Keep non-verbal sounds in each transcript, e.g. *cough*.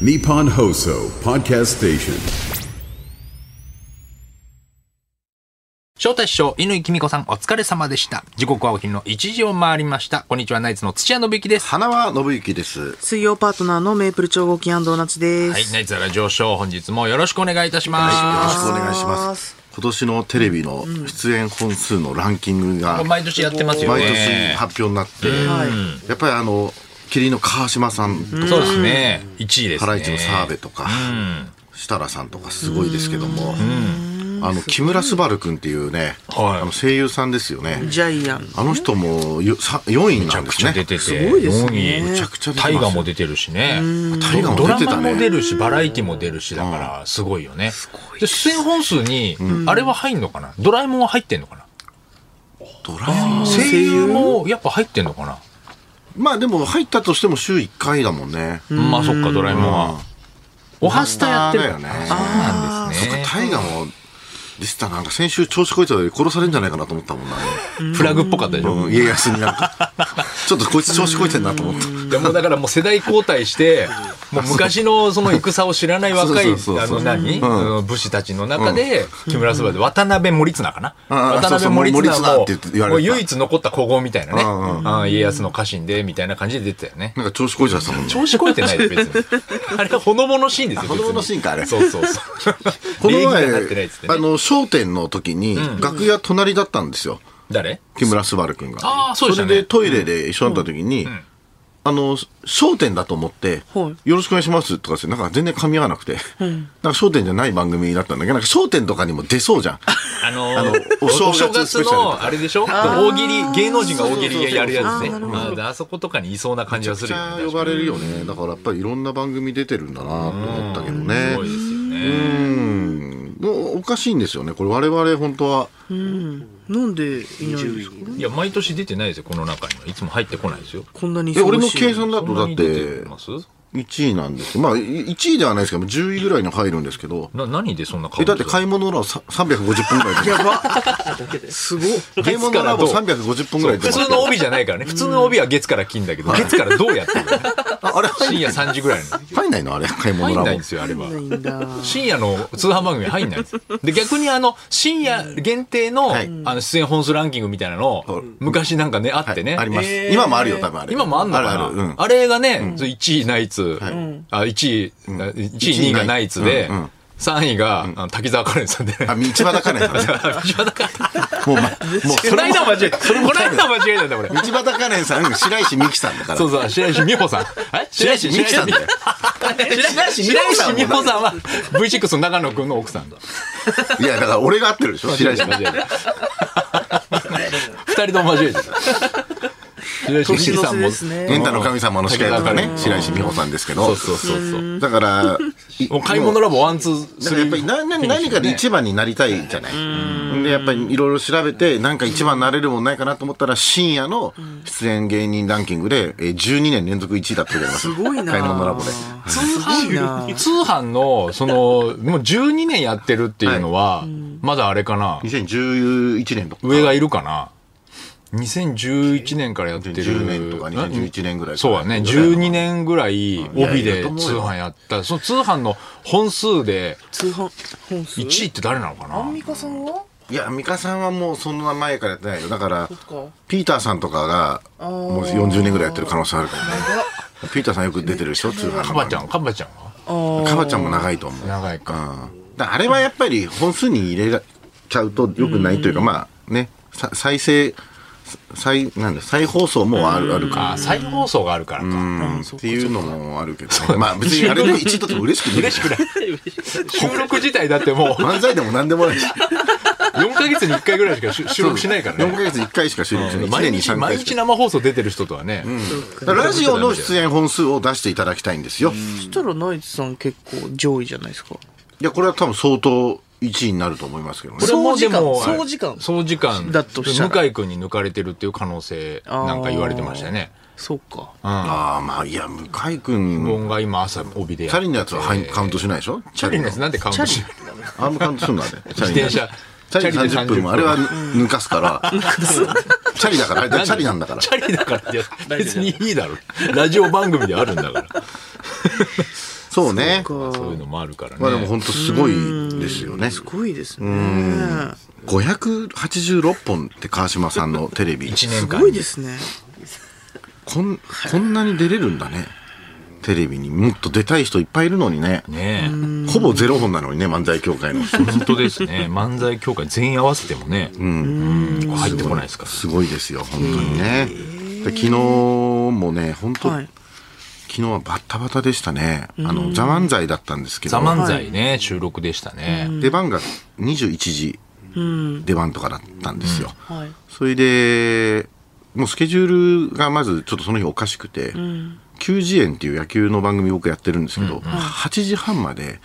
Nippon Hoso Podcast Station. 翔太師匠、乾公子さん、お疲れ様でした。時刻はお昼の1時を回りました。こんにちは、ナイツの土屋信之です。花輪信之です。水曜パートナーのメープル超合金ドーナツです。はい、ナイツラ上昇、本日もよろしくお願いいたします。よろしくお願いします。今年のテレビの出演本数のランキングが毎毎年やってますよね。年発表になって、やっぱりあの、キリンの川島さんとそうで、かすね。1位ですね。ハライチの澤部とか、設楽さんとかすごいですけども、あの、木村昴君っていうね、はいあの声優さんですよね。ジャイアン。あの人もよさ4位めちなゃんでくすちゃ出ね。てて。すごいですね4位めちゃくちゃ出てます大河も出てるしね。大河ドもラ出てたマも出ね。るし、バラエティも出るし、だから、すごいよね。で、出演本数に、あれは入んのかなドラえもんは入ってんのかなドラえもん声優も、やっぱ入ってんのかなまあでも入ったとしても週1回だもんね。まあそっか、ドラえもんは。おはスタやってるおはスタだよあねそうなんですね。タイガも、リスタなんか先週調子こいたのに殺されるんじゃないかなと思ったもんな、フラグっぽかったでしょうん、家康になんか、ちょっとこいつ調子こいてんなと思った。でもうだからもう世代交代 *laughs* して、もう昔のその戦を知らない若い、そうそうあそうそうの何、んあの武士たちの中で、木村昴で渡辺森綱かなうんうん渡そうそう辺森森綱綱って言って言も、われたもう唯一残った古豪みたいなねうんああ、家康の家臣で、みたいな感じで出てたよね。なんか調子こいちゃってたもんね。調子こいてないで別に。 *laughs* あれはほのぼのシーンですよ。ほのぼの別にシーンかあれそうそう *laughs* そう。この礼儀が前、なってないっつってあね。の、商店の時に、楽屋隣だったんですよ。誰木村昴君が。あーそうでしたねれでトイレで一緒だった時に、あの、商店だと思って、はよろしくお願いしますとかって、なんか全然噛み合わなくて、なんか商店じゃない番組だったんだけど、なんか商店とかにも出そうじゃん。あのあのおお正正月月スペシャルとの、かあれでしょ大喜利、芸能人が大喜利やるやつね。そうそうそうそうあーなるほどまああそことかにいそうな感じはすめるちよね確ゃかに呼。ばれるよね。だからやっぱりいろんな番組出てるんだなと思ったけどねす。ごいですよね。うん。おおかしいんですよね。これ我々本当は。なんでいないんですかいや、毎年出てないですよ、この中には。いつも入ってこないですよ。こんなに忙しいえ、俺の計算だそとんだなっに出てて、ます1位なんですよまあ、い1位ではないですけど、10位ぐらいに入るんですけど。な、何でそんな顔え、だって買い物ラボさ350分ぐらいで。すごい。買い物ラボ350分ぐらいで普。通の帯じゃないからね。普通の帯は月から金だけど、月からどうやって *laughs* るのああれ深夜3時ぐらいの。入んないのあれ、買い入物んないラんボで。すよ、あれは。ないんだ。深夜の通販番組入んないんですよで、逆にあの、深夜限定の、はいあの、出演本数ランキングみたいなのを、うん昔なんかね、あってね。はいあります。えー今もあるよ、多分あれ。今もあんのかなああるある。うん。れがね、そう1位ナイツ、いあ1位、あ1位、2位がナイツで、うんうん3位が、あの滝沢カレンさんで。 *laughs* あ、道端かね。一番高いもう、ま、もう、この間間違えた。この間間違えたんだ、俺。道端カレンさん、白石美紀さんだから。そうそう、白石美 *laughs* 穂さん。え白石美紀さんだよ。白石美穂さん。白石美穂さんは V6 の長野くんの奥さんだ。いや、だから俺が合ってるでしょ白石美紀間違え *laughs* た。二人とも間違えた。白石美紀さんも。年の瀬ですねエンタの神様の司会とかね、白石美穂さんですけど。そうそうそうそう。だから、いもう買い物ラボワンツーだスかリらーやっぱり何何何かで一番になりたいじゃない。で、やっぱりいろいろ調べて、なんか一番になれるもんないかなと思ったら、深夜の出演芸人ランキングで、えー12年連続1位だった時あります。すごいな。買い物ラボで。通すごいな販、通販の、その、 *laughs* もう12年やってるっていうのは、まだあれかな。 2011年とか。上がいるかな。2011年からやってる。 10年とか2011年ぐらいそうだね。12年ぐらい帯いやいでや通と思うよ販やった。その通販の本数で通販本数。 1位って誰なのかアなンミカさんはいや、美香さんはもうそんな前からやってないよ。だからそっ、か。ピーターさんとかが、もう40年ぐらいやってる可能性あるからね。ピーターさんよく出てるでしょ、通販の。カバちゃん、カバちゃんはあーカバちゃんも長いと思う。うん。長いか。だあれはやっぱり本数に入れちゃうと良くないというか、まあね、さ再生、再、なんだ、再放送もあるあるあか。再放送があるからか。うんっていうのもあるけど、ね、まあ別にあれで1位とっても嬉しくない。嬉しくない。収録自体だってもう *laughs* 漫才でも何でもないし。 4ヶ月に1回ぐらいしか収収録しないからね4。ヶ月に1回しか収録しない。1毎年に日、 3回毎し日か。生放送出てる人とはね、だからラジオの出演本数を出していただきたいんですよ。そしたらナイツさん結構上位じゃないですか。いや、これは多分相当1位になると思いますけどねこ。れもでも総時間総時間だとしたら向井君に抜かれてるっていう可能性なんか言われてましたよねそうか。ああ、まあ、いや、向井君無音が今朝帯でやチってャリのやつは入んカウントしないでしょチャリのやつなんでカウントしないアームカウントするんだね。チャ自転車チャリチャリで30 30分もあれは抜かすから。チャリだから、あれチャリなんだから。チャリだからって別にいいだろラジオ番組であるんだからそうね。そうかそういうのもあるからね。まあでも本当すごいですよね。すごいですね。 586本って川島さんのテレビ。 1す年間ごいに。ですね。こん、こんなに出れるんだね。テレビにもっと出たい人いっぱいいるのにね。ねえほぼゼロ本なのにね、漫才協会の。本当ですね。漫才協会全員合わせてもね、うん入ってこないですから。すごいですよ、本当にね。で昨日もね、本当、はい。昨日はバッタバタでしたね。あの、ザ・漫才だったんですけザ・、ど漫才ね、収録でしたね。出番が21時うん。出番とかだったんですよ。はい。それで、もうスケジュールがまずちょっとその日おかしくて、球児園っていう野球の番組僕やってるんですけど、8時半まで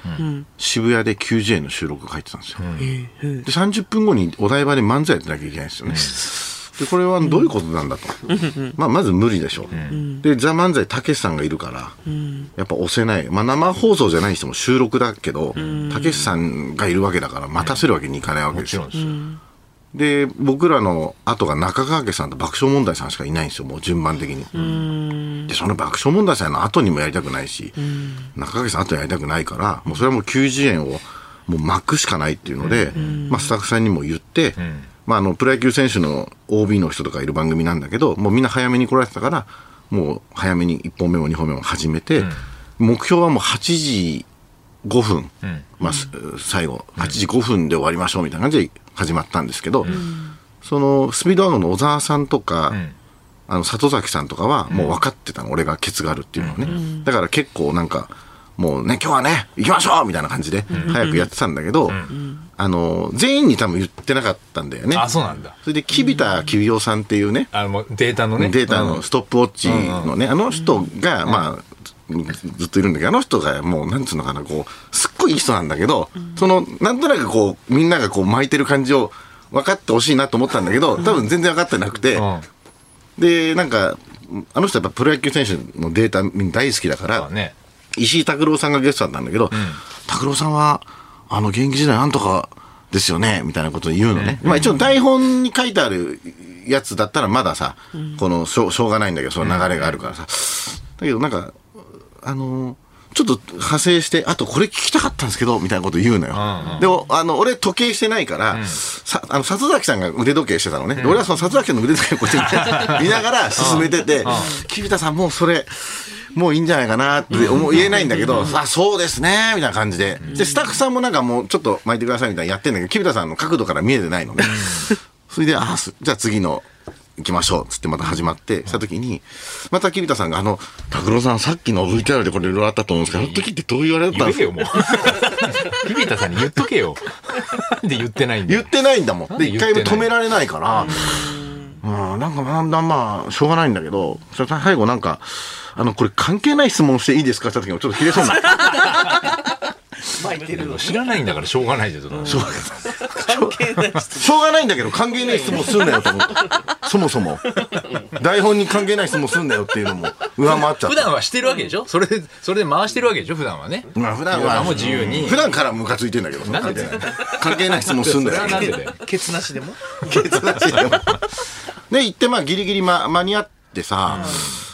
渋谷で球児園の収録が入ってたんですよ。ええで、30分後にお台場で漫才やってなきゃいけないんですよね。で、これはどういうことなんだと。まあ、まず無理でしょう。で、ザ・漫才、たけしさんがいるから、やっぱ押せない。まあ、生放送じゃない人も収録だけど、たけしさんがいるわけだから、待たせるわけにいかないわけもでちすろよん。ですよ。で、僕らの後が中川家さんと爆笑問題さんしかいないんですよ、もう順番的に。で、その爆笑問題さんの後にもやりたくないし、中川家さん後にやりたくないから、もうそれはもう90円をもう巻くしかないっていうので、まあスタッフさんにも言って、まああの、プロ野球選手の OB の人とかいる番組なんだけど、もうみんな早めに来られてたから、もう早めに1本目も2本目も始めて、目標はもう8時5分、まあ、す最後8時5分で終わりましょうみたいな感じで始まったんですけど、そのスピードワゴンの小沢さんとか、あの里崎さんとかはもう分かってたの、俺がケツがあるっていうのはね、だから結構なんかもうね今日はね行きましょうみたいな感じで早くやってたんだけど、あの全員に多分言ってなかったんだよねあ、そうなんだ。それで桐田桐生さんっていうね、あの、データのね。データのストップウォッチのね、あの人が、まあ、ずずっといるんだけど、あの人がもう、なんつうのかな、こう、すっごいいい人なんだけど、その、なんとなくこう、みんながこう巻いてる感じを分かってほしいなと思ったんだけど、多分全然分かってなくて、うん。で、なんか、あの人やっぱプロ野球選手のデータみんな大好きだから、そうだね。石井拓郎さんがゲストだったんだけど、拓郎さんは、あの、現役時代なんとかですよね、みたいなことを言うのね。まあ一応台本に書いてあるやつだったらまださ、このしょう、しょうがないんだけど、その流れがあるからさ。だけどなんか、あのーちょっと派生して、あとこれ聞きたかったんですけど、みたいなこと言うのよ。でも、あの、俺時計してないから、さ、あの、里崎さんが腕時計してたのね。で俺はその里崎さんの腕時計をこうやって見ながら進めてて、桐田さんもうそれ、もういいんじゃないかなって思う言えないんだけど、あ、そうですね、みたいな感じで。で、スタッフさんもなんかもうちょっと巻いてくださいみたいなやってんだけど、桐田さんの角度から見えてないのね。それで、あ、すじゃあ次の行きましょう、つってまた始まって、した時に、また桐田さんが、あの、拓郎さんさっきの VTR でこれいろいろあったと思うんですけど、あの時ってどう言われたん言ですえよ、かもう。 *laughs* 桐田さんに言っとけよ。 *laughs* なんで言ってないんだ言よっ。てないんだもん。んでで、言一ってない回も止められないから、うん、なんかまあ、まあ、しょうがないんだけど、それ最後なんか、あの、これ関係ない質問していいですかした時もちょっと切れそうになった *laughs* 巻いてるの。知らないんだからしょうがないじゃん、その関係ない人。しょうがないんだけど関係ない質問すんなよと思ってそもそも *laughs* 台本に関係ない質問すんなよっていうのも上回っちゃっ普た段はしてるわけでしょそれで、それで回してるわけでしょ普段はね。まあ普段いやはもう自由に普段からムカついてんだけどなん関で係だなよい関係ない質問すんなそれはなんでよだよ。ケツなしでも。ケツ出しでもで行ってまあギリギリ、ま、間に合ってさ、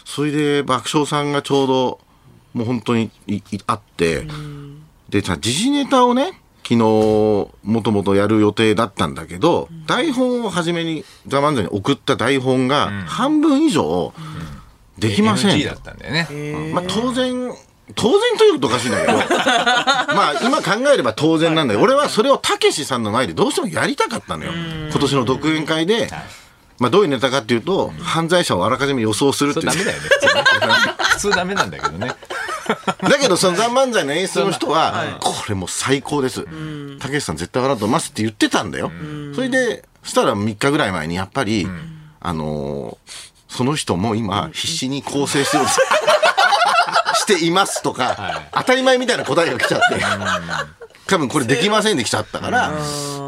それで爆笑さんがちょうどもう本当にいいあって、でさ時事ネタをね昨日もともとやる予定だったんだけど、台本を初めに「ザ・漫才に送った台本が半分以上できません、 NG だったんだよね。まあ当然、当然というとおかしいんだ *laughs* けど、まあ今考えれば当然なんだよ。俺はそれをたけしさんの前でどうしてもやりたかったのよ。今年の独演会で、まあどういうネタかっていうと、犯罪者をあらかじめ予想するっそていれダメう。だよね。普通ダメなんだけどね。 *laughs* だけどそのザ・漫才の演出の人は、これもう最高です。たけしさん絶対笑うと思いますって言ってたんだよ。それで、したら3日ぐらい前にやっぱり、あのーその人も今必死に構成し *laughs* ようとしていますとか、当たり前みたいな答えが来ちゃって。多分これできませんで来ちゃったから、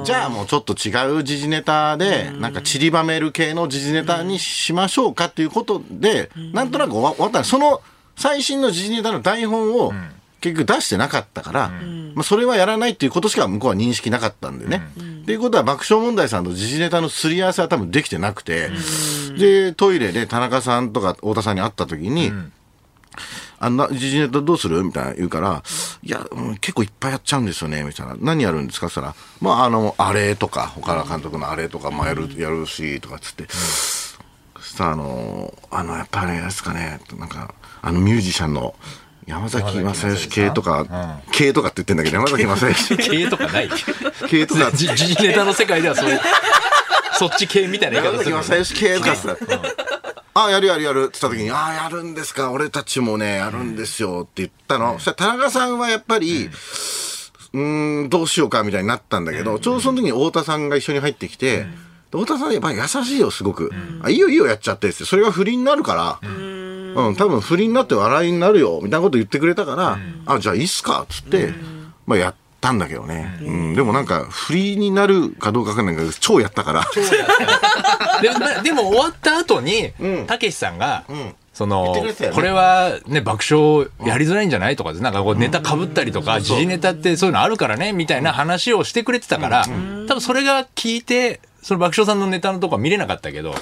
じゃあもうちょっと違う時事ネタで、なんか散りばめる系の時事ネタにしましょうかっていうことで、なんとなく終わ終わったのその最新の時事ネタの台本を結局出してなかったから、まあそれはやらないっていうことしか向こうは認識なかったんでね。っていうことは爆笑問題さんと時事ネタのすり合わせは多分できてなくて、で、トイレで田中さんとか太田さんに会った時に、あの、な時事ネタどうするみたいな言うから、いや、うん結構いっぱいやっちゃうんですよね、みたいな。何やるんですかそしたら、まあ、あの、あれとか、岡田監督のあれとかもやる、やるし、とかっつって。そしたら、あの、あの、やっぱりあれですかね、なんか、あのミュージシャンの、山崎正義系とか、系とかって言ってんだけど、山崎正義系とかない系と *laughs* か、じ *laughs* 時事ネタの世界ではそういう、そっち系みたいな言い方す山崎るのね。正義系とかさ、 *laughs* ああ、やるやるやるって言った時に、ああ、やるんですか、俺たちもね、やるんですよって言ったの。そしたら田中さんはやっぱり、うーん、どうしようかみたいになったんだけど、ちょうどその時に太田さんが一緒に入ってきて、で太田さんやっぱり優しいよ、すごく。あいいよいいよ、やっちゃってって。それが不倫になるから、うん、多分不倫になって笑いになるよ、みたいなこと言ってくれたから、あ、じゃあいいっすか、っつって、まあやったんだけどね。うん、でもなんか、不倫になるかどうかわかんないけど、超やったから。でな *laughs* でも終わった後にうんたけしさんが、んその言ってくれてたよねこれはね爆笑やりづらいんじゃないとかなんかこうネタかぶったりとか時事ネタってそういうのあるからねみたいな話をしてくれてたから、多分それが聞いてその爆笑さんのネタのとこは見れなかったけど、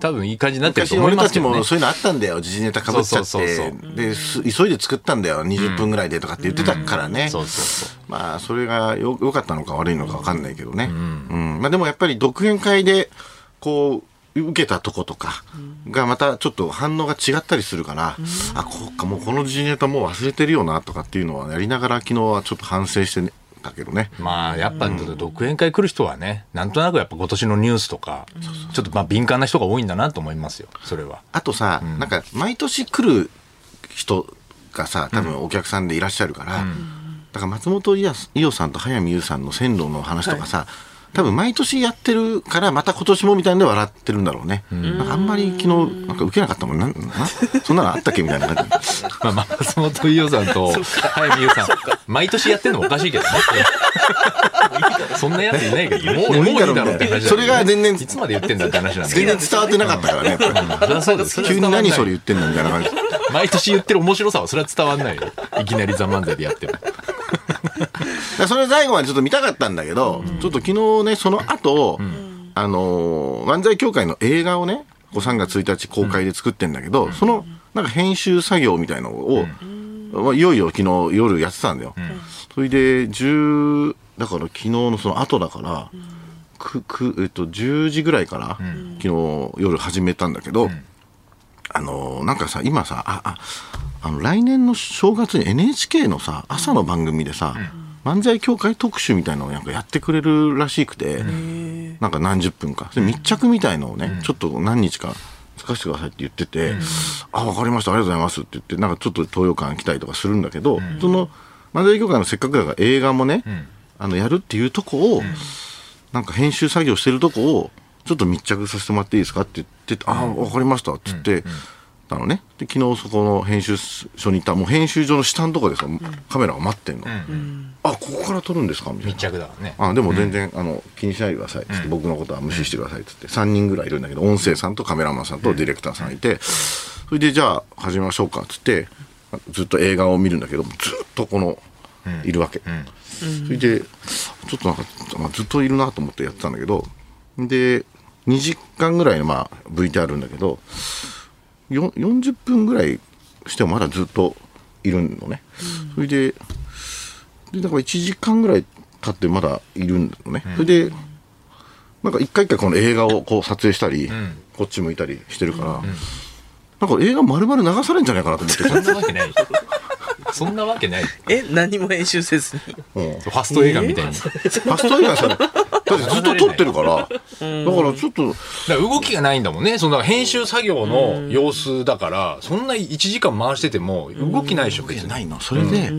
多分いい感じになってると昔思い俺またすけちどねも。そういうのあったんだよ時事ネタかぶっちゃっそうそうそうてです急いで作ったんだよ20分ぐらいでとかって言ってたからね、そうそうそうまあそれがよ良かったのか悪いのか分かんないけどね、うんまあ、でもやっぱり独演会でこう受けたとことかがまたちょっと反応が違ったりするから、あこうかもうこの時事ネタもう忘れてるよなとかっていうのはやりながら昨日はちょっと反省してたけどねまあやっぱちょっと独演会来る人はねなんとなくやっぱ今年のニュースとかちょっとまあ敏感な人が多いんだなと思いますよそれは。あとさ、なんか毎年来る人がさ多分お客さんでいらっしゃるから、だから松本伊代伊代さんと早見優さんの線路の話とかさ、多分毎年やってるからまた今年もみたいなんで笑ってるんだろうね、なんかあんまり昨日なんか受けなかったもんなんなそんなのあったっけみたいな感じまあ、まあ松本伊代さんと *laughs* 早見優さん毎年やってんのもおかしい *laughs* けどねそんなやついないけどもうもういいだろうって話だけどねそれが全然いつまで言ってんだって話なんだけ *laughs* 全ど然伝わってなかったからね *laughs* やっぱりそれはそうです急に何それ言ってんのみたいな感じ毎年言ってる面白さはそれは伝わんないよいきなり「ザ・漫才」でやってもだからそれ最後までちょっと見たかったんだけど、ちょっと昨日ねその後、あのー漫才協会の映画をねこう3月1日公開で作ってんだけど、そのなんか編集作業みたいのを、まあ、いよいよ昨日夜やってたんだよ、それで10だから昨日のその後だから、くくえっと、10時ぐらいから、昨日夜始めたんだけど、あのーなんかさ今さあああの来年の正月に NHK のさ朝の番組でさ、漫才協会特集みたいなのをなんかやってくれるらしくて、なんか何十分かそれ密着みたいのをね、ちょっと何日か使わせてくださいって言ってて「あ分かりましたありがとうございます」って言ってなんかちょっと東洋館来たりとかするんだけど、その漫才協会のせっかくだから映画もね、あのやるっていうとこを、なんか編集作業してるとこをちょっと密着させてもらっていいですかって言って「ああ分かりました」って言って。たのね、で昨日そこの編集所にいたもう編集所の下のとこでさ、カメラが待ってんの、あここから撮るんですかみたいな密着だからねあでも全然、あの気にしないでくださいっつって、僕のことは無視してくださいっつって3人ぐらいいるんだけど音声さんとカメラマンさんとディレクターさんいて、それでじゃあ始めましょうかっつってずっと映画を見るんだけどずっとこの、いるわけ、それでちょっとなんか、まあ、ずっといるなと思ってやってたんだけどで2時間ぐらいの、まあ、VTR あるんだけどよ40分ぐらいしてもまだずっといるのね、それででだから1時間ぐらい経ってまだいるんだよね、それでなんか一回一回この映画をこう撮影したり、こっち向いたりしてるから、なんか映画丸々流されるんじゃないかなと思ってそんなわけないそんなわけないフえ、何も編集せずに。 *laughs* うんァスト映画みたいに、だかファスト映画さだってずっと撮ってるからだからちょっとら動きがないんだもんねその編集作業の様子だからそんな1時間回してても動きないでしょ別にないのそれで,、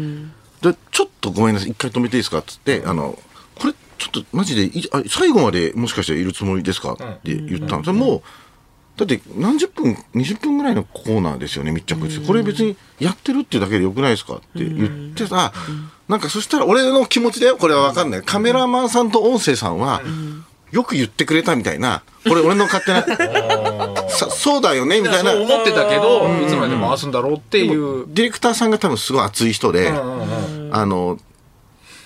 でちょっとごめんなさい一回止めていいですかっつってあのこれちょっとマジでいあ最後までもしかしているつもりですかって言ったの、それもうだって何十分20分ぐらいのコーナーですよね密着して、これ別にやってるっていうだけでよくないですかって言ってさ、なんかそしたら俺の気持ちだよこれは分かんないカメラマンさんと音声さんは、よく言ってくれたみたいなこれ俺の勝 *laughs* 手なさそうだよねみたいなそう思ってたけど、いつまでも回すんだろうっていう。ディレクターさんが多分すごい熱い人で、あの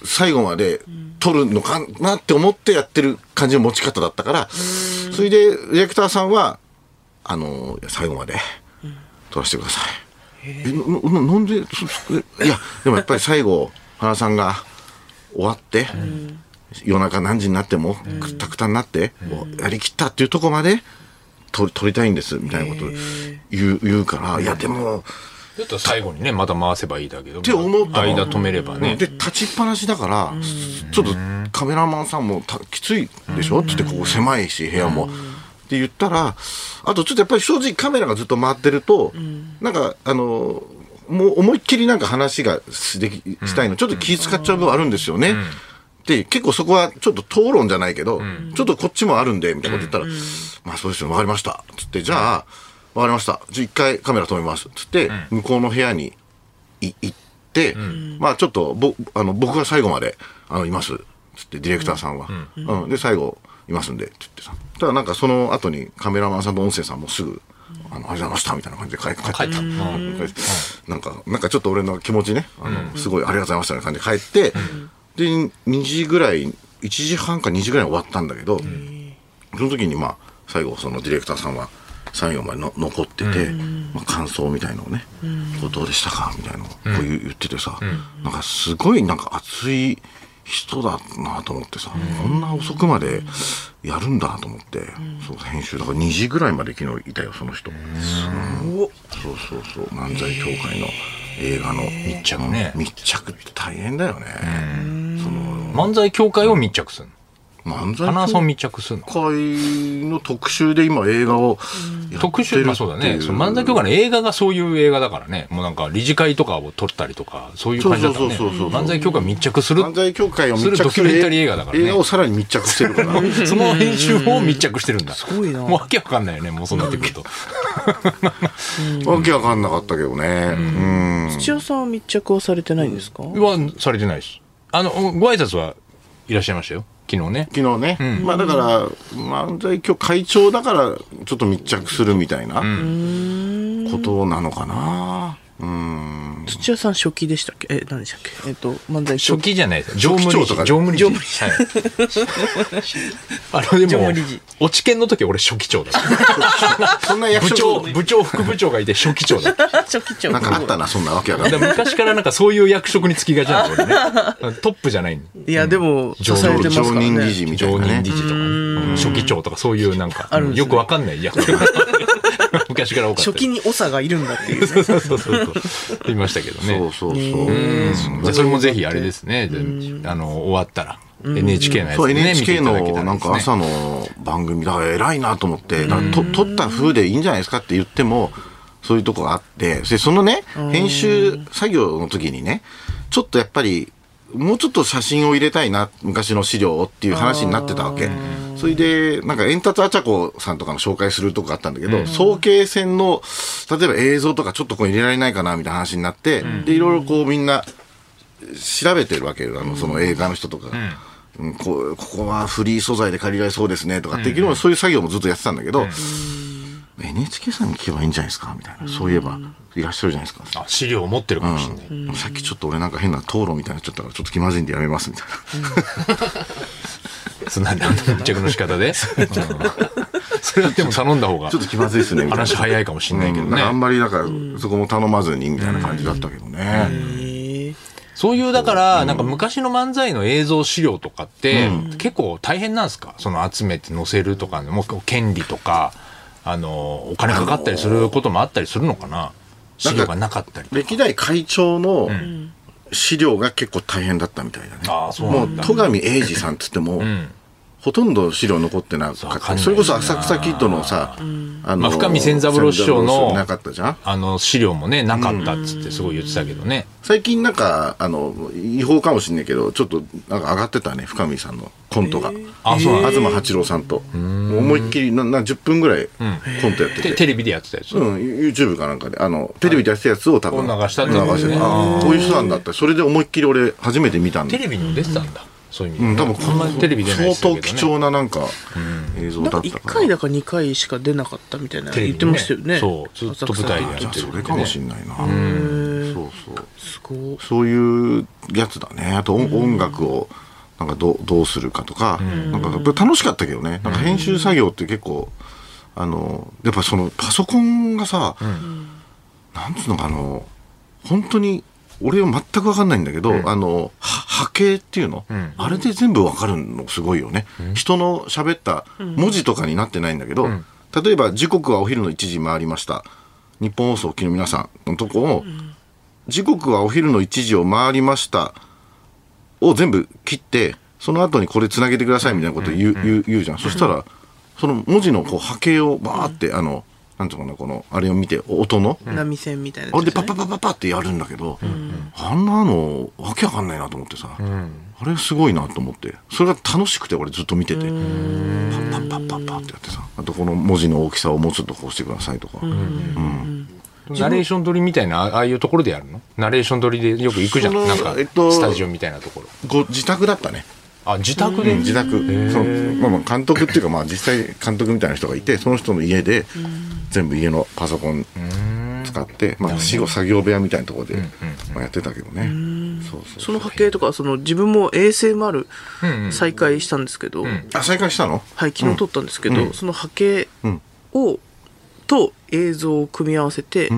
最後まで撮るのかなって思ってやってる感じの持ち方だったから、それでディレクターさんはあの最後まで撮らせてくださいえなななんでそそえいやでもやっぱり最後原さんが終わって、夜中何時になってもくたくたになって、もうやりきったっていうところまでと撮りたいんですみたいなことを言う言うからいやでもちょっと最後にね、また回せばいいだけど。って思ったの間止めればねで。立ちっぱなしだからちょっとカメラマンさんもたきついでしょつってここ狭いし部屋も。って言ったらあとちょっとやっぱり正直カメラがずっと回ってると、なんかあのもう思いっきりなんか話がしできしたいのちょっと気使っちゃう部分あるんですよね。で結構そこはちょっと討論じゃないけど、ちょっとこっちもあるんでみたいなこと言ったら、まあそうですよ分かりましたつってじゃあ分かりましたじゃあ一回カメラ止めますつって、向こうの部屋にい行って、まあちょっとぼあの僕が最後まであのいますつってディレクターさんは、うんで最後いますんでって言ってさただなんかその後にカメラマンさんと音声さんもすぐ「あのありがとうございました」みたいな感じで帰帰って帰った、なんかなんかちょっと俺の気持ちねあの、すごい「ありがとうございました」みたいな感じで帰って、で2時ぐらい1時半か2時ぐらいに終わったんだけど、その時にまあ最後そのディレクターさんは最後までの残ってて、まあ、感想みたいのをね、こうどうでしたかみたいなのをこう言う言っててさ、なんかすごいなんか熱い人だなと思ってさ、こんな遅くまでやるんだと思って、そう編集だから2時ぐらいまで昨日いたよその人、おそうそうそう漫才協会の映画の密着ね密着って大変だよね、その漫才協会を密着するの。漫才花協輪さんを密着するの。会の特集で今映画をやってるっていう特集、まあそうだね。その漫才協会の映画がそういう映画だからね。もうなんか理事会とかを撮ったりとか、そういう感じだったね。そうそうそうそうそう漫才協会密着する。漫才協会を密す着るドキュメンタリー映画だからね映画をさらに密着してるから *laughs* その編集も密着してるんだ。すごいなもうわけわかんないよね、もうそうなってくると。わけわかんなかったけどねうん *laughs* 土屋さんは密着はされてないんですか、は、されてないです。あの、ご挨拶はいらっしゃいましたよ。昨日ね。昨日ね、まあだから漫才協会長だからちょっと密着するみたいなことなのかなうん土屋さん初期でしたっけえ何でしたっけえっと漫才初期じゃないです。常務理長事と。か常務理事。常務理はい、あの、で常も務理事、落ち研の時俺初期長だった。そんな役部長、職部長、副部長がいて初期長だった。初期長なんかあったなそんなわけわかだんないから昔からなんかそういう役職につきがちなんですよ俺ね。トップじゃないの。いやでも支常え務て理常ますから任理ね事みたい常な任ね理事とかね、初期長とかそういうなんか、るんですねよくわかんない役 *laughs* 昔から多かった。初期に長がいるんだっ *laughs* ていうそうそうそうそう。言いましたけどね。そうそうそう、じゃあそれもぜひあれですね、じゃああの終わったら NHK のやつそでうね、見 NHK ていただけたらのなでんすねか朝の番組だから偉いなと思って、だからと撮った風でいいんじゃないですかって言ってもそういうとこがあってでそのね編集作業の時にねちょっとやっぱりもうちょっと写真を入れたいな昔の資料をっていう話になってたわけそれでなんか円達あちゃこさんとかの紹介するとこがあったんだけど、総慶戦の例えば映像とかちょっとこれ入れられないかなみたいな話になって、でいろいろこうみんな調べてるわけよあのその映画の人とかが、うんこうここはフリー素材で借りられそうですねとかって、昨日そういう作業もずっとやってたんだけど、NHK さんに聞けばいいんじゃないですかみたいな、そういえばいらっしゃるじゃないですか、あ資料を持ってるかもしれない。うんさっきちょっと俺なんか変な討論みたいになっちゃったからちょっと気まずいんでやめますみたいな、そんななんか密着の仕方で。うんそれはでも頼んだ方が *laughs* ちょっと気まずいですねみたいな話早いかもしれないけどうんんねか。あんまりだからそこも頼まずにみたいな感じだったけどね、そういうだから、なんか昔の漫才の映像資料とかって、結構大変なんですかその集めて載せるとか、もう権利とか、あの、お金かかったりすることもあったりするのかな資料がなかったり。歴代会長の資料が結構大変だったみたいだね、ああ、そうなもうんだ。戸上英二さんっつっても、ほとんど資料残ってなわかっかんないたなそれこそ浅草キッドのさ、あまあ深見千三郎師匠の千三郎なかったじゃんあの、資料もね、なかったっつってすごい言ってたけどね。最近なんかあの違法かもしんないけどちょっとなんか上がってたね深見さんのコントが、あ、そうなんだ。東八郎さんともう思いっきりなな10分ぐらいコントやってでて、テレビでやってたやつ。うん、YouTube かなんかであのテレビでやってたやつを多分を流したって流ことねしてたあーこういう人なんだってそれで思いっきり俺初めて見たんだテレビにも出てたんだ。そういう意味うん、で多は。分あんまりテレビ出ないで相すけど当ね貴重ななんか映像なだんかった1から回だか2回しか出なかったみたいなテレビ言ねってましたよねそうずっと舞台でやってじるゃあそれかもしんないな、そうそうすごいそういうやつだねあと音,、楽をなんかどうどうするかとか,、なんかやっぱり楽しかったけどねなんか編集作業って結構、あのやっぱそのパソコンがさ、なんつうのかあの本当に俺は全く分かんないんだけど、あのは波形っていうの、あれで全部分かるのすごいよね、人の喋った文字とかになってないんだけど、例えば時刻はお昼の1時回りました日本放送機の皆さんのとこを、時刻はお昼の1時を回りましたを全部切ってその後にこれつなげてくださいみたいなこと言う,、言う言うじゃん、そしたらその文字のこう波形をバーって、あのなんていうのかなこのあれを見て音の、波線みたいなやつあれですねパパパパパってやるんだけど、あんなのわけわかんないなと思ってさ、あれすごいなと思ってそれが楽しくて俺ずっと見てて、パッパッパッパッパッってやってさあとこの文字の大きさをもうちょっとこうしてくださいとか、ナレーション撮りみたいなあああいうところでやるのナレーション撮りでよく行くじゃんそのなんか、えっとスタジオみたいなところご自宅だったねあ自宅で、自宅その、まあ、まあ監督っていうか、まあ、実際監督みたいな人がいてその人の家で全部家のパソコン使って、まあ、死後作業部屋みたいなところで、まあ、やってたけどね、そうそうその波形とかその自分も ASMR 再開したんですけど、あ再開したのはい、昨日撮ったんですけど、その波形んを、と映像を組み合わせて、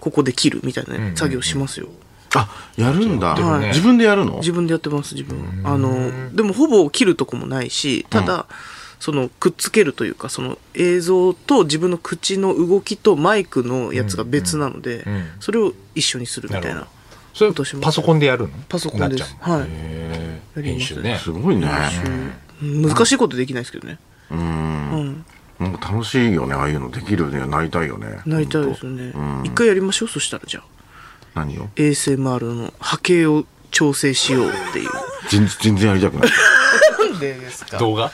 ここで切るみたいなね、作業しますよ。あやるんだ、はい自分でやるの自分でやってます、自分。あの、でもほぼ切るとこもないし、ただ、そのくっつけるというかその映像と自分の口の動きとマイクのやつが別なので、それを一緒にするみたいななるほそれ今年もパソコンでやるのパソコンでなっすちゃうのはいへーや編ります集ねすごいね難しいことできないですけどねなんか楽しいよねああいうのできるよねなりたいよねなりたいですよね一回やりましょうそしたらじゃあ何よ ASMR の波形を調整しようって *laughs* いう全全然やりたく *laughs* ないなんでですか動画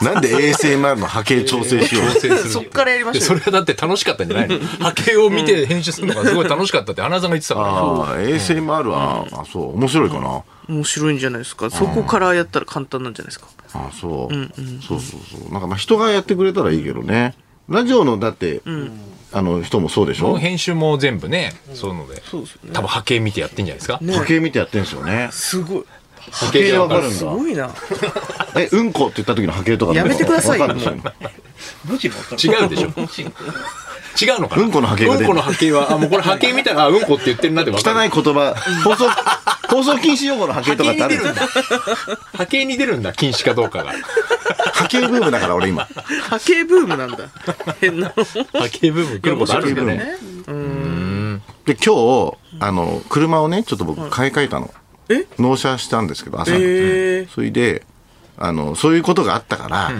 なんで ASMR の波形調整し *laughs* よう調整するそっからやりましょうそれはだって楽しかったんじゃないの *laughs* 波形を見て編集するのがすごい楽しかったって花さんが言ってたかああ ASMR は、あそう面白いかな、面白いんじゃないですかそこからやったら簡単なんじゃないですかあそう、そうそうそうなんかまあ人がやってくれたらいいけどねラジオのだって、あの人もそうでしらこのょ編集も全部ねそういうのでそうですよね多分波形見てやってんじゃないですか波形見てやってんですよねすごい波形わかるんすだごいなえうんこって言った時の波形とかやめてくださいよわかるんですよね違うでしょ違うのかなうんこの波形が出るうんこの波形はあもうこれ波形見たらあうんこって言ってるなって分かる汚い言 *laughs* 葉放送放送禁止用語の波形とかってあるんですよ *laughs* 波形に出るんだ禁止かどうかが波形ブームだから俺今波形ブームなんだ変な波形部分来ることあるんだねで今日あの車をねちょっと僕買い替えたの、え納車したんですけど朝の、えーそれであのそういうことがあったから、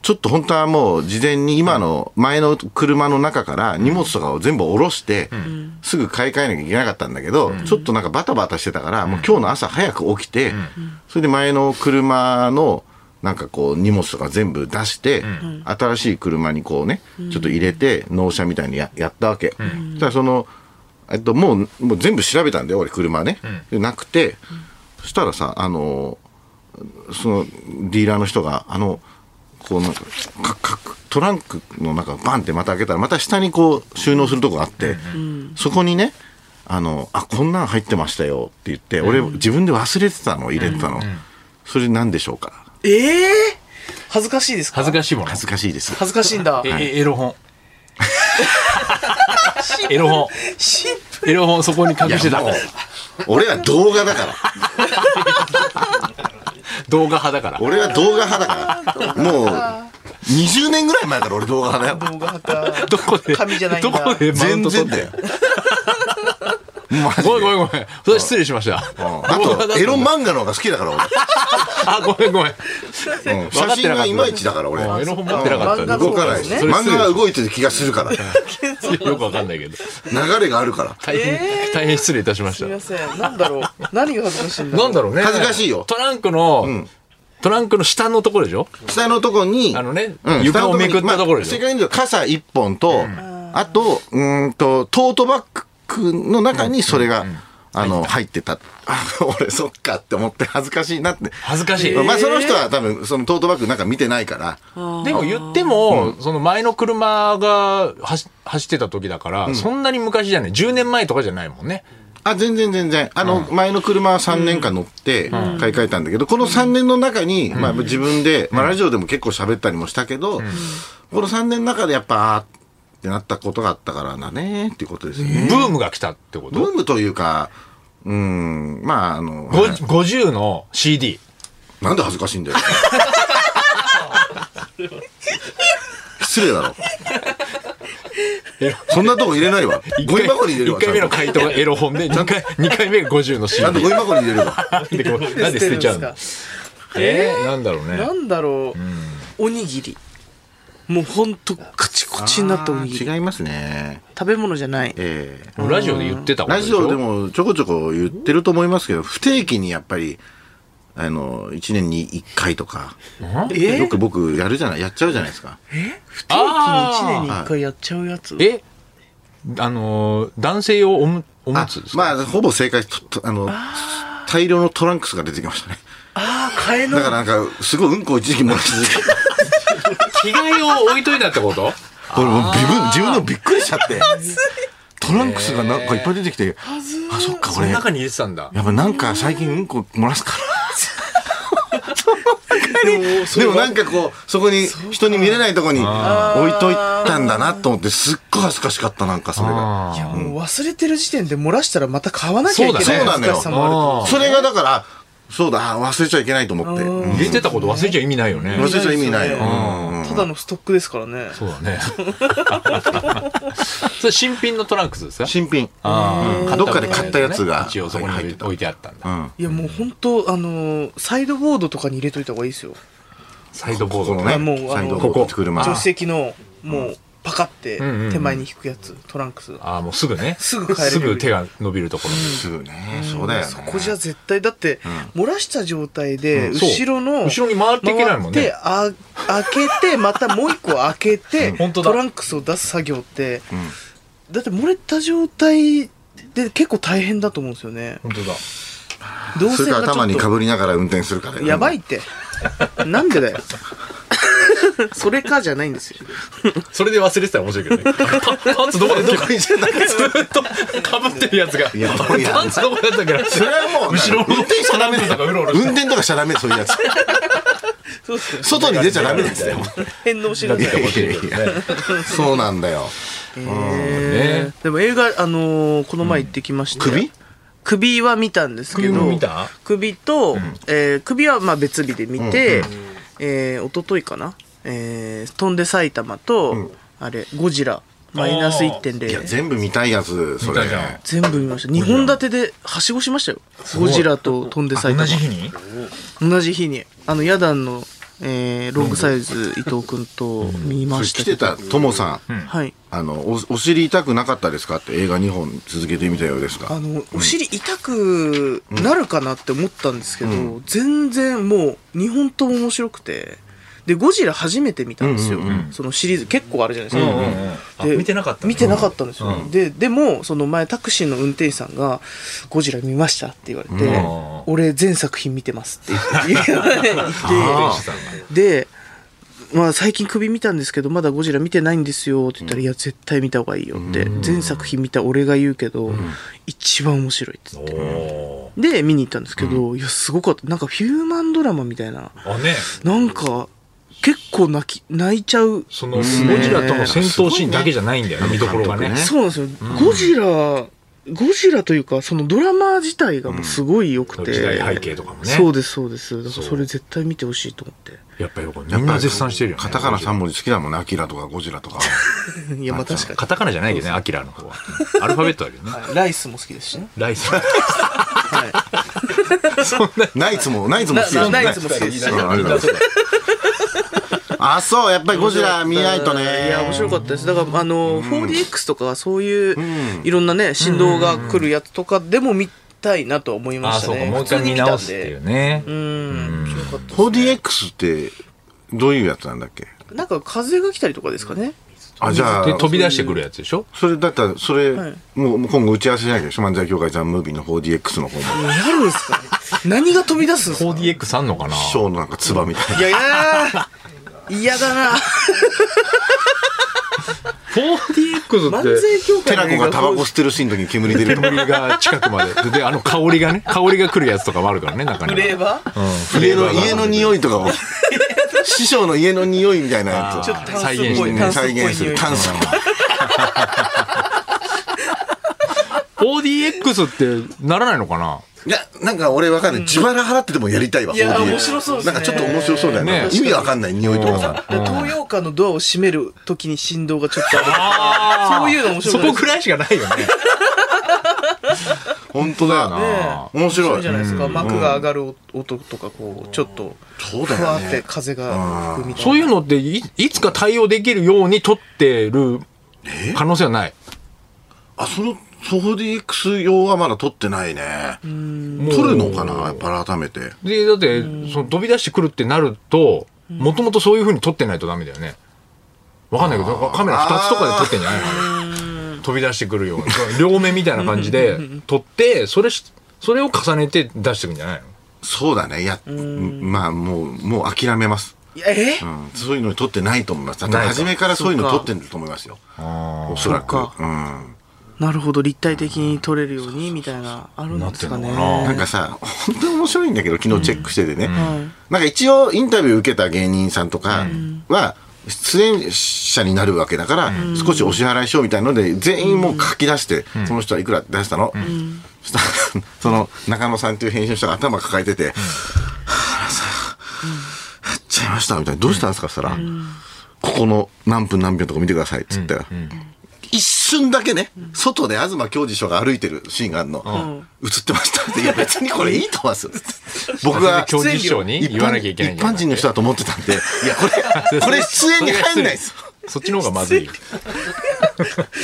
ちょっと本当はもう事前に今の前の車の中から荷物とかを全部下ろして、すぐ買い替えなきゃいけなかったんだけど、ちょっとなんかバタバタしてたから、もう今日の朝早く起きて、それで前の車のなんかこう荷物とか全部出して、新しい車にこうね、ちょっと入れて納車みたいにややったわけ。そしたらそのえっと、もうもう全部調べたんだよ俺車ね、でなくて、そしたらさあのそのディーラーの人があのこうなんかかかトランクの中バンってまた開けたらまた下にこう収納するとこがあって、そこにねあのあこんなん入ってましたよって言って俺自分で忘れてたの入れてたの、それ何でしょうかええ恥ずかしいですか恥ずかしいもの恥ずかしいです恥ずかしいんだええエロ本 *laughs* エロ本シンプエロ本そこに隠してたいやもう俺は動画だから動画派だから俺は動画派だからもう20年ぐらい前から俺動画派だよル動画派かどこで紙じゃないんどだこでマウン全ト取然ってだよ。マジでごめんごめんごめんそれは失礼しましたうんあと、エロ漫画の方が好きだからあごめんごめん俺。うん分かって写な真かったがいまいちだから俺。エロ本持ってなかった漫画動かないし。そうですね漫画は動いてる気がするから。よくわかんないけど流れがあるから。大変、大変失礼いたしましすみまたせんなんだろう何が恥ずかしいんだろなんだろうね恥ずかしいよトランクの、トランクの下のところでしょ下のとこに、あのねうん床をめくった下のにところでしょまあ正確に言うと傘一本と、あと、うーんと、トートバッグの中にそれが、あの、入ってた。 *laughs* あ俺、そっかって思って恥ずかしいなって。恥ずかしい、まあ、その人は多分、そのトートバッグなんか見てないから、でも言っても、その前の車が走走ってた時だから、そんなに昔じゃない10年前とかじゃないもんねあ、全然全然。あの、前の車は3年間乗って、買い替えたんだけど、この3年の中に、まあ自分で、まあラジオでも結構喋ったりもしたけど、この3年の中でやっぱ、あってなったことがあったからだねっていうことですよブね。ームが来たってこブとームというか、うん、まあ、あの、ごはい50の CD なんで恥ずかしいんだよ。失礼だろ。そんなとこ入れないわ。ゴミ箱に入れる1わ。回目のち回答がエロ本で2回 ,2 回目が50のゃ CD んとちゃんとゴミ箱に入れるわ。でこうなんで捨てちゃうのえー、なんだろうねなんだろう、おにぎりもうほんとカチコチになったおにぎり違いますね。食べ物じゃないええもうラジオで言ってたことラでしジょオでもちょこちょこ言ってると思いますけど、不定期にやっぱり、あの、1年に1回とか、えよく僕やるじゃない、やっちゃうじゃないですか。不定期に1年に1回やっちゃうやつえあのー男性用おむおむつですか、まあ、ほぼ正解、ととあの、大量のトランクスが出てきましたね。ああ替えのだからなんか、すごいうんこを一時期漏らしてて着替えを置いといたってこと *laughs* これもう自分、自分でもびっくりしちゃって。トランクスがなんかいっぱい出てきて、あ、そっか、そこのれ、やっ中に入れてたんだぱなんか最近うんこ漏らすから。でもなんかこう、そこに、人に見れないとこに置いといたんだなと思って、すっごい恥ずかしかった、なんかそれが。いやもう忘れてる時点で漏らしたらまた買わなきゃいけないそうだね難しさもあると思うあーそれがだから、そうだ、あ忘れちゃいけないと思って。うん入れてたこと忘れちゃ意味ないよね忘れちゃ意味ないよ。ううんただのストックですからねそうだね *laughs* それ新品のトランクスですか新品。あーどっかで買ったやつが一応そこに入ってた置いてあったんだ、うんいやもう本当あのーサイドボードとかに入れといた方がいいですよサイドボーこドののねあもうあ、のサイドここ車。助手席のもうパカってんうんうん手前に引くやつトランクスああもうすぐねすぐ帰れるすぐ手が伸びるところにすぐね、そうだよね。そこじゃ絶対だって漏らした状態でそう後ろの後ろに回っていけないもんね回ってあ開 *laughs* けてまたもう一個開けて本当だトランクスを出す作業ってだって漏れた状態で結構大変だと思うんですよね本当だどうそせれかがらち頭ょっにかとぶりながら運転するからやばいってなんで *laughs* だよそれかじゃないんですよそれで忘れてたら面白いけどね *laughs* パパンツどこだっけず *laughs* っとかぶってるやつがいやどうやパンツどこだったっけなそれはもう後ろの運転しちゃダメだトランクスとかうろうろよして運転とかしちゃダメそういうやつそうっすよ外に出ちゃダメですよ返納しなきゃそうなんだよえーでも映画、あのーこの前行ってきまして、首首は見たんですけど首も見た首と、えー首はまあ別日で見て、えー一昨日かな「えー飛んで埼玉と」あれ「ゴジラ」マイナスいや1.0全部見たいやつそれ見たじゃん全部見ました2本立てではしごしましたよごゴいジラと飛んで埼同玉じ日に同じ日にあのヤダンの、えーロングサイズ伊藤君と見まし来たてけど、たともさんはいあのおお尻痛くなかったですかって映画2本続けてみたようですあがの、お尻痛くなるかなって思ったんですけど、全然もう2本とも面白くてでゴジラ初めて見たんですよ、そのシリーズ結構あるじゃないですか、あ見てなかった見てなかったんですよ、ででもその前タクシーの運転手さんが「ゴジラ見ました」って言われて「ん俺全作品見てます」って言って言われてあで、まあ、最近首見たんですけどまだ「ゴジラ見てないんですよ」って言ったら「いや絶対見た方がいいよ」って全作品見た俺が言うけど、一番面白いって言っておで見に行ったんですけど、いやすごかったなんかヒューマンドラマみたいなーあねなんか結構泣き泣いちゃうそのゴジラとの戦闘シーンだけじゃないんだよね見どころがねねそうなんですよ、ゴジラゴジラというかそのドラマ自体がもうすごい良くて、時代背景とかもねそうですそうですだかそうらそれ絶対見てほしいと思っやっぱりこうやっみんぱなり絶賛してるよねカタカナ3文字好きだもんねアキラとかゴジラとかて *laughs* いやまあ確かカタカナじゃないけどねアキラの方はアルファベットだけど *laughs* ねにライスも好きですしねライスナイツもナイツも好きだもん *laughs* ナねイツも好きですしうんあれだねあそうやっぱりゴジラ見ないとねいや面白かったですだからあの 4DX とかそういういろんなね振動が来るやつとかでも見たいなとは思いまあしたそうかねもう一回見直すっていうねうん面白かった 4DX ってどういうやつなんだっけなんか風が来たりとかですかね。あじゃあで飛び出してくるやつでしょそれだったらそれ、はいもうもう今後打ち合わせしなきゃいけない漫才協会ザ・ムービーの 4DX の方もやるんですかね。何が飛び出すんですか。 4DX あんのかなショーのなんかツバみ *laughs* たいいやいやー。嫌だな。 4DX 漫才協会な寺子がタバコ吸ってるシーンの時に煙出るとか煙が近くまででであの香りがね香りが来るやつとかもあるからね中にフはレーバー。うんフレ家ーバのーが家の匂いとか *laughs* を師匠の家の匂いみたいなやつちょをっと再現して炭ね素っぽい再現する炭炭素素の ODX ってならないのかないや、なんか俺わかんない。自腹払ってでもやりたいわ、いや 4DX 面白そうですねなんかちょっと面白そうだよね。ね意味わかんない匂いとかさ。で東洋館のドアを閉めるときに振動がちょっとあるとかそういうの面白そいでこすくらいしかないよね。本当だよな。ねえ面白いじゃないですか、幕が上がる音とかこうちょっとそうだよねふわって風が吹くみたいなそういうのっていいつか対応できるように取ってる可能性はない。あ、その 4DX 用はまだ撮ってないね。撮るのかなやっぱ改めて。で、だって、その飛び出してくるってなると、もともとそういう風に撮ってないとダメだよね。わかんないけど、カメラ2つとかで撮ってんじゃないのあれ飛び出してくるように。両目みたいな感じで撮って、それし、それを重ねて出してくんじゃないのそうだね。いや、まあもう、もう諦めます。いやえうんそういうの撮ってないと思います。だってないか初めからそういうの撮ってると思いますよ。おそらく。そっうん。なるほど立体的に撮れるようにみたいなあるんですかねなってんのかなんかさ、本当に面白いんだけど、昨日チェックしててね。はいなんか一応インタビュー受けた芸人さんとかは、出演者になるわけだから、少しお支払いしようみたいので、全員もう書き出して、その人はいくらって出したの。そしたら、 *laughs* その中野さんっていう編集者が頭抱えてて、はぁ、さ、やっちゃいました、みたいな。どうしたんですかそしたら、ここの何分何秒とか見てください、っつったら。一瞬だけね、外で東教授所が歩いてるシーンがあるの。映ってましたって。いや、別にこれいいと *laughs* 思いますよ。僕が教授賞に言わなきゃいけないん一じゃない般人の人だと思ってたんで、いや、こ *laughs* れ、これ出演に入んないです。そっちの方がまずい。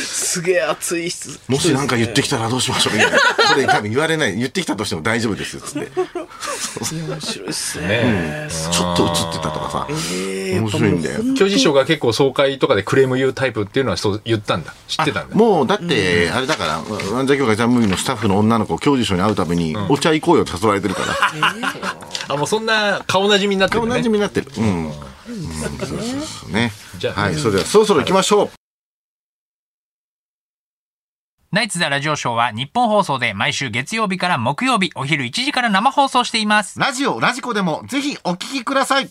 すげえ熱い質もしなんか言ってきたらどうしましょうみたいな。これ多分言われない。言ってきたとしても大丈夫ですよ、つって。面白いっすねねちょっと映ってたとかさ。えー面白いんだよ。教授賞が結構総会とかでクレーム言うタイプっていうのはそう言ったんだ。知ってたんだ。もうだって、あれだから、漫才協会ジャンムーのスタッフの女の子、教授賞に会うために、お茶行こうよって誘われてるから、あ、もうそんな顔なじみになってる顔ね。なじみになってる。うん。うんそうそうそうねじゃ。あはい、それではそろそろ行きましょう。ナイツザラジオショーは日本放送で毎週月曜日から木曜日お昼1時から生放送しています。ラジオ、ラジコでもぜひお聞きください。